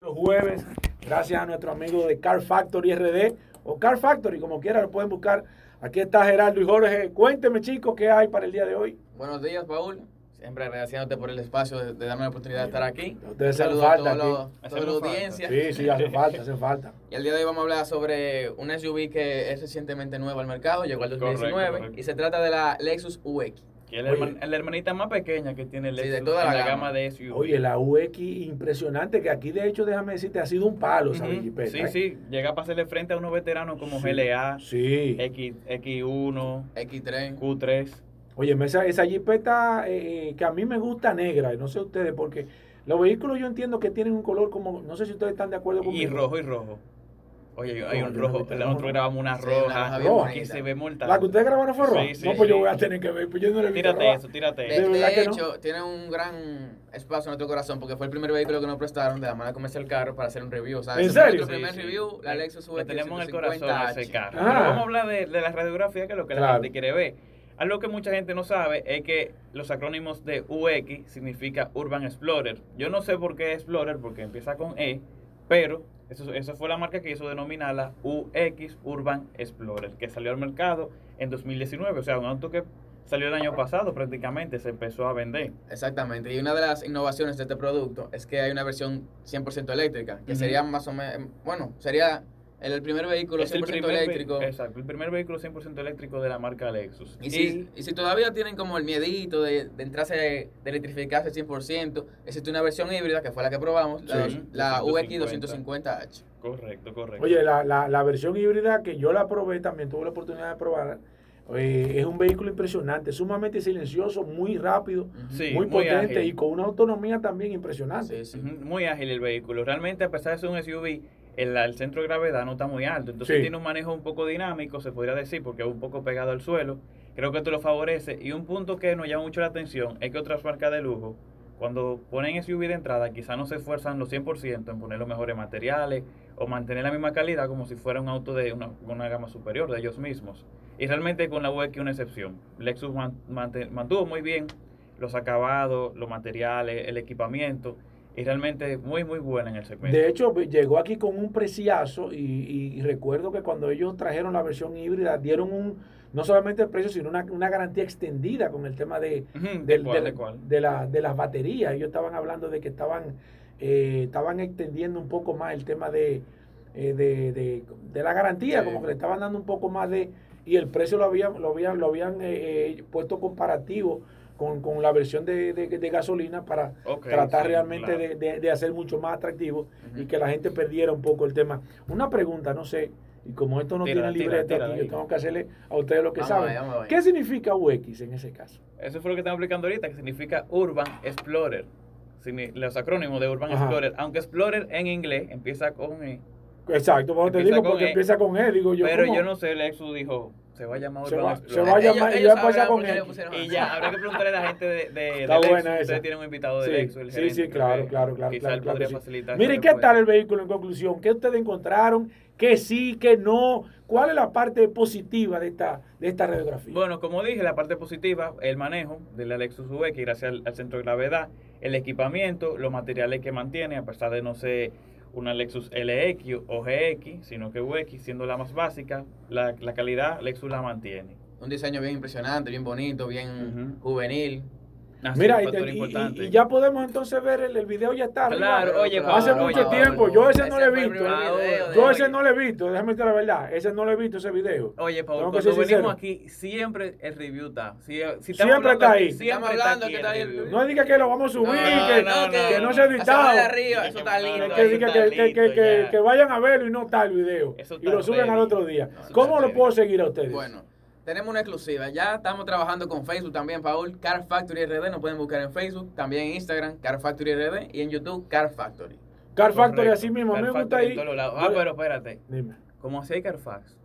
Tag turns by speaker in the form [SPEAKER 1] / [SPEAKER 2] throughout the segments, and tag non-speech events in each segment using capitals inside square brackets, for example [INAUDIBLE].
[SPEAKER 1] los jueves, gracias a nuestro amigo de Car Factory RD o Car Factory, como quiera, lo pueden buscar. Aquí está Gerardo y Jorge. Cuénteme, chicos, qué hay para el día de hoy.
[SPEAKER 2] Buenos días, Paul. Siempre agradeciéndote por el espacio de, de darme la oportunidad de estar aquí.
[SPEAKER 1] Ustedes hacen
[SPEAKER 2] Saludos a
[SPEAKER 1] falta
[SPEAKER 2] todos
[SPEAKER 1] aquí.
[SPEAKER 2] los- a toda la
[SPEAKER 3] Hacemos falta.
[SPEAKER 2] audiencia.
[SPEAKER 1] Sí, sí,
[SPEAKER 3] [LAUGHS]
[SPEAKER 1] hace falta, hace falta.
[SPEAKER 2] Y el día de hoy vamos a hablar sobre una SUV que es recientemente nueva al mercado, llegó al 2019,
[SPEAKER 3] Correcto, correcto.
[SPEAKER 2] y se trata de la Lexus UX.
[SPEAKER 3] Que es la,
[SPEAKER 1] Oye.
[SPEAKER 3] herman- es la hermanita más pequeña que tiene el
[SPEAKER 2] Sí, de
[SPEAKER 3] Lexus
[SPEAKER 2] toda
[SPEAKER 3] en
[SPEAKER 2] la
[SPEAKER 3] la,
[SPEAKER 2] gama.
[SPEAKER 3] gama. de SUV.
[SPEAKER 1] Oye, la UX impresionante, que aquí de hecho, déjame decirte, ha sido un palo
[SPEAKER 3] Ujú.
[SPEAKER 1] esa Jeepeta,
[SPEAKER 3] Sí,
[SPEAKER 1] ¿eh?
[SPEAKER 3] sí, llega para hacerle frente a unos veteranos como
[SPEAKER 1] Sí.
[SPEAKER 3] GLA,
[SPEAKER 1] Sí.
[SPEAKER 3] X, X1,
[SPEAKER 2] X3.
[SPEAKER 3] Q3.
[SPEAKER 1] Oye, esa, esa Jeepeta eh, que a mí me gusta negra, y no sé ustedes, porque los vehículos yo entiendo que tienen un color como, no sé si ustedes están de acuerdo
[SPEAKER 3] Y
[SPEAKER 1] conmigo.
[SPEAKER 3] rojo y rojo. Oye, hay
[SPEAKER 1] No,
[SPEAKER 3] un
[SPEAKER 1] yo no he
[SPEAKER 3] rojo.
[SPEAKER 1] visto rojo.
[SPEAKER 3] Nosotros grabamos una
[SPEAKER 2] Sí, una
[SPEAKER 3] roja
[SPEAKER 2] roja
[SPEAKER 1] bien
[SPEAKER 3] que
[SPEAKER 2] bonita.
[SPEAKER 3] se ve mortal.
[SPEAKER 1] ¿La que ustedes grabaron fue roja?
[SPEAKER 3] Sí, sí,
[SPEAKER 1] no, pues yo
[SPEAKER 3] sí.
[SPEAKER 1] voy a tener que ver, pues yo no le he visto
[SPEAKER 3] Tírate
[SPEAKER 1] roja.
[SPEAKER 3] eso, tírate
[SPEAKER 2] De,
[SPEAKER 3] eso.
[SPEAKER 1] verdad
[SPEAKER 2] de
[SPEAKER 1] que no?
[SPEAKER 2] hecho, tiene un gran espacio en nuestro corazón porque fue el primer vehículo que nos prestaron de la mala comercial carro para hacer un review. O sea,
[SPEAKER 1] ¿En
[SPEAKER 2] ese fue
[SPEAKER 1] serio?
[SPEAKER 2] Nuestro primer
[SPEAKER 3] Sí, sí.
[SPEAKER 2] review, la Lexus UX.
[SPEAKER 3] Lo tenemos en el corazón a ese
[SPEAKER 2] 150H.
[SPEAKER 3] carro.
[SPEAKER 1] Ah.
[SPEAKER 3] Pero vamos a hablar de, de la radiografía, que es lo que
[SPEAKER 1] Claro.
[SPEAKER 3] la gente quiere ver. Algo que mucha gente no sabe es que los acrónimos de UX significa Urban Explorer. Yo no sé por qué Explorer, porque empieza con E, pero eso, eso fue la marca que hizo denominarla UX Urban Explorer, que salió al mercado en 2019. O sea, un auto que salió el año pasado prácticamente, se empezó a vender.
[SPEAKER 2] Exactamente. Y una de las innovaciones de este producto es que hay una versión 100% eléctrica, que
[SPEAKER 3] Ujú.
[SPEAKER 2] sería más o menos, bueno, sería el, el primer vehículo 100%
[SPEAKER 3] ve-
[SPEAKER 2] eléctrico.
[SPEAKER 3] Exacto, el primer vehículo 100% eléctrico de la marca Lexus.
[SPEAKER 2] Y si, y si todavía tienen como el miedito de, de entrarse, de electrificarse 100%, existe una versión híbrida que fue la que probamos, la,
[SPEAKER 3] Sí.
[SPEAKER 2] la UX
[SPEAKER 3] 250.
[SPEAKER 2] 250H.
[SPEAKER 3] Correcto, correcto.
[SPEAKER 1] Oye, la, la, la versión híbrida que yo la probé, también tuve la oportunidad de probarla, eh, es un vehículo impresionante, sumamente silencioso, muy rápido,
[SPEAKER 2] Ujú.
[SPEAKER 3] Sí,
[SPEAKER 1] muy,
[SPEAKER 3] muy
[SPEAKER 1] potente
[SPEAKER 3] ágil.
[SPEAKER 1] y con una autonomía también impresionante.
[SPEAKER 2] Sí, sí.
[SPEAKER 3] Ujú, Muy ágil el vehículo. Realmente, a pesar de ser un SUV, el, el centro de gravedad no está muy alto. Entonces,
[SPEAKER 1] Sí.
[SPEAKER 3] tiene un manejo un poco dinámico, se podría decir, porque es un poco pegado al suelo. Creo que esto lo favorece. Y un punto que nos llama mucho la atención es que otras marcas de lujo, cuando ponen SUV de entrada, quizás no se esfuerzan los 100% en poner los mejores materiales o mantener la misma calidad como si fuera un auto de una, una gama superior de ellos mismos. Y realmente con la UX una excepción. Lexus man- mante- mantuvo muy bien los acabados, los materiales, el equipamiento. Y realmente muy, muy buena en el segmento.
[SPEAKER 1] De hecho, ve- llegó aquí con un preciazo y, y- y recuerdo que cuando ellos trajeron la versión híbrida, dieron un, no solamente el precio, sino una, una garantía extendida con el tema de,
[SPEAKER 3] Ujú, ¿de
[SPEAKER 1] del-
[SPEAKER 3] cuál,
[SPEAKER 1] del-
[SPEAKER 3] de cuál?
[SPEAKER 1] de la- de las baterías. Ellos estaban hablando de que estaban, eh, estaban extendiendo un poco más el tema de, eh, de, de- de la garantía,
[SPEAKER 2] Sí.
[SPEAKER 1] como que le estaban dando un poco más de... Y el precio lo habían, lo habían, lo habían eh, eh, puesto comparativo con, con la versión de, de- de gasolina para
[SPEAKER 3] Ok,
[SPEAKER 1] tratar
[SPEAKER 3] sí,
[SPEAKER 1] realmente
[SPEAKER 3] claro.
[SPEAKER 1] de, de- de hacer mucho más atractivo
[SPEAKER 2] Ujú.
[SPEAKER 1] y que la gente perdiera un poco el tema. Una pregunta, no sé, y como esto no
[SPEAKER 3] Tírala,
[SPEAKER 1] tiene libreta,
[SPEAKER 3] tírala,
[SPEAKER 1] aquí,
[SPEAKER 3] tírala
[SPEAKER 1] yo
[SPEAKER 3] ahí.
[SPEAKER 1] tengo que hacerle a ustedes lo que
[SPEAKER 2] Vamos a
[SPEAKER 1] saben.
[SPEAKER 2] ver, vamos a ver.
[SPEAKER 1] ¿Qué significa UX en ese caso?
[SPEAKER 3] Eso fue lo que estamos aplicando ahorita, que significa Urban Explorer. Signi- Los acrónimos de Urban
[SPEAKER 1] Ajá.
[SPEAKER 3] Explorer, aunque Explorer en inglés empieza con E,
[SPEAKER 1] Exacto, bueno, te
[SPEAKER 3] Empieza
[SPEAKER 1] digo
[SPEAKER 3] con
[SPEAKER 1] porque
[SPEAKER 3] E.
[SPEAKER 1] empieza con E, digo yo.
[SPEAKER 3] pero
[SPEAKER 1] ¿cómo?
[SPEAKER 3] yo no sé, Lexus dijo, se va a llamar
[SPEAKER 1] Se
[SPEAKER 3] Urban
[SPEAKER 1] va- se
[SPEAKER 3] Explorer.
[SPEAKER 1] va a
[SPEAKER 2] Ellos-
[SPEAKER 1] llamar y
[SPEAKER 2] ellos
[SPEAKER 1] va a pasar
[SPEAKER 2] sabrán
[SPEAKER 1] con
[SPEAKER 2] por qué
[SPEAKER 1] él.
[SPEAKER 2] le pusieron
[SPEAKER 3] Y
[SPEAKER 2] así.
[SPEAKER 3] ya, habrá que preguntarle a la gente de, de, de
[SPEAKER 1] Está buena
[SPEAKER 3] Ustedes
[SPEAKER 1] esa.
[SPEAKER 3] tienen un invitado de
[SPEAKER 1] Sí,
[SPEAKER 3] Lexus, el
[SPEAKER 1] sí,
[SPEAKER 3] gerente,
[SPEAKER 1] sí,
[SPEAKER 3] creo
[SPEAKER 1] claro,
[SPEAKER 3] que
[SPEAKER 1] claro, claro,
[SPEAKER 3] Quizá
[SPEAKER 1] claro,
[SPEAKER 3] él
[SPEAKER 1] claro
[SPEAKER 3] podría
[SPEAKER 1] que sí.
[SPEAKER 3] facilitar.
[SPEAKER 1] Mire,
[SPEAKER 3] ese
[SPEAKER 1] ¿qué tal
[SPEAKER 3] recuerdo.
[SPEAKER 1] el vehículo en conclusión? ¿Qué ustedes encontraron? ¿Qué sí, qué no? ¿Cuál es la parte positiva de esta, de esta radiografía?
[SPEAKER 3] Bueno, como dije, la parte positiva, el manejo de la Lexus UX gracias al, al centro de gravedad, el equipamiento, los materiales que mantiene, a pesar de no ser una Lexus LX o GX, sino que UX, siendo la más básica, la, la calidad Lexus la mantiene.
[SPEAKER 2] Un diseño bien impresionante, bien bonito, bien
[SPEAKER 3] Ujú.
[SPEAKER 2] juvenil.
[SPEAKER 3] Así,
[SPEAKER 1] Mira,
[SPEAKER 3] ah, un
[SPEAKER 1] y,
[SPEAKER 3] factor
[SPEAKER 1] y- y-
[SPEAKER 3] importante.
[SPEAKER 1] y ya podemos entonces ver el, el video, ya está. arriba.
[SPEAKER 3] Claro, oye,
[SPEAKER 1] Hace
[SPEAKER 3] Paolo,
[SPEAKER 1] mucho
[SPEAKER 3] oye,
[SPEAKER 1] tiempo,
[SPEAKER 3] Paolo.
[SPEAKER 1] yo ese no lo he
[SPEAKER 2] fue
[SPEAKER 1] visto.
[SPEAKER 2] el
[SPEAKER 1] eh.
[SPEAKER 2] primer
[SPEAKER 3] Paolo.
[SPEAKER 2] video de
[SPEAKER 1] Yo
[SPEAKER 2] hoy.
[SPEAKER 1] ese no lo he visto, déjame decir la verdad, ese no lo he visto, ese video.
[SPEAKER 3] Oye, Paul,
[SPEAKER 1] Tengo que
[SPEAKER 3] cuando
[SPEAKER 1] ser
[SPEAKER 3] venimos
[SPEAKER 1] sincero.
[SPEAKER 3] aquí, siempre el review está. Si, si estamos
[SPEAKER 1] Siempre
[SPEAKER 3] hablando
[SPEAKER 1] está
[SPEAKER 3] aquí,
[SPEAKER 1] ahí.
[SPEAKER 2] Estamos
[SPEAKER 3] Siempre está
[SPEAKER 2] hablando
[SPEAKER 3] aquí
[SPEAKER 2] que
[SPEAKER 3] el
[SPEAKER 2] está ahí el
[SPEAKER 3] review.
[SPEAKER 2] review.
[SPEAKER 1] No diga que lo vamos a subir, que,
[SPEAKER 3] no,
[SPEAKER 1] que no
[SPEAKER 3] no.
[SPEAKER 1] se ha
[SPEAKER 2] Hacia abajo de
[SPEAKER 1] editado.
[SPEAKER 2] arriba, eso está
[SPEAKER 3] Que
[SPEAKER 1] Que,
[SPEAKER 2] lindo.
[SPEAKER 1] que
[SPEAKER 2] ahí.
[SPEAKER 1] diga
[SPEAKER 3] está
[SPEAKER 1] que- que- que-
[SPEAKER 3] listo
[SPEAKER 1] que-
[SPEAKER 3] ya.
[SPEAKER 1] que vayan a verlo y no tal el video.
[SPEAKER 3] Eso está
[SPEAKER 1] Y lo suben
[SPEAKER 3] ready.
[SPEAKER 1] al otro día.
[SPEAKER 3] Eso está
[SPEAKER 1] ¿Cómo lo
[SPEAKER 3] ready.
[SPEAKER 1] puedo seguir a ustedes?
[SPEAKER 2] Bueno, tenemos una exclusiva. Ya estamos trabajando con Facebook también, Paul. Car Factory RD. Nos pueden buscar en Facebook, también en Instagram, Car Factory RD. Y en YouTube, Car Factory.
[SPEAKER 1] Car Factory
[SPEAKER 3] Correcto.
[SPEAKER 1] así mismo, a mí me
[SPEAKER 3] Car
[SPEAKER 1] gusta
[SPEAKER 3] Factory en
[SPEAKER 1] ahí.
[SPEAKER 3] todos lados. Ah,
[SPEAKER 1] Yo-
[SPEAKER 3] pero espérate.
[SPEAKER 1] Dime.
[SPEAKER 3] Como así hay Carfax,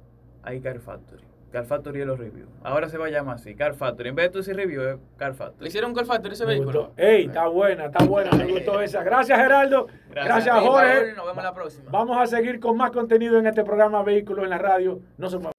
[SPEAKER 3] hay Car Factory. Car Factory es los reviews. Ahora se va a llamar así, Car Factory. En vez de tú decir review, es Car
[SPEAKER 2] ¿Le
[SPEAKER 3] Factory.
[SPEAKER 2] hicieron Car Factory ese
[SPEAKER 1] Me
[SPEAKER 2] este vehículo? Eh.
[SPEAKER 1] gustó. Ey, está buena, está buena, me gustó esa. Gracias, Geraldo. Gracias,
[SPEAKER 2] a ti,
[SPEAKER 1] Jorge.
[SPEAKER 2] Paul, Nos vemos la próxima.
[SPEAKER 1] Vamos a seguir con más contenido en este programa Vehículos en la Radio. No se muevan.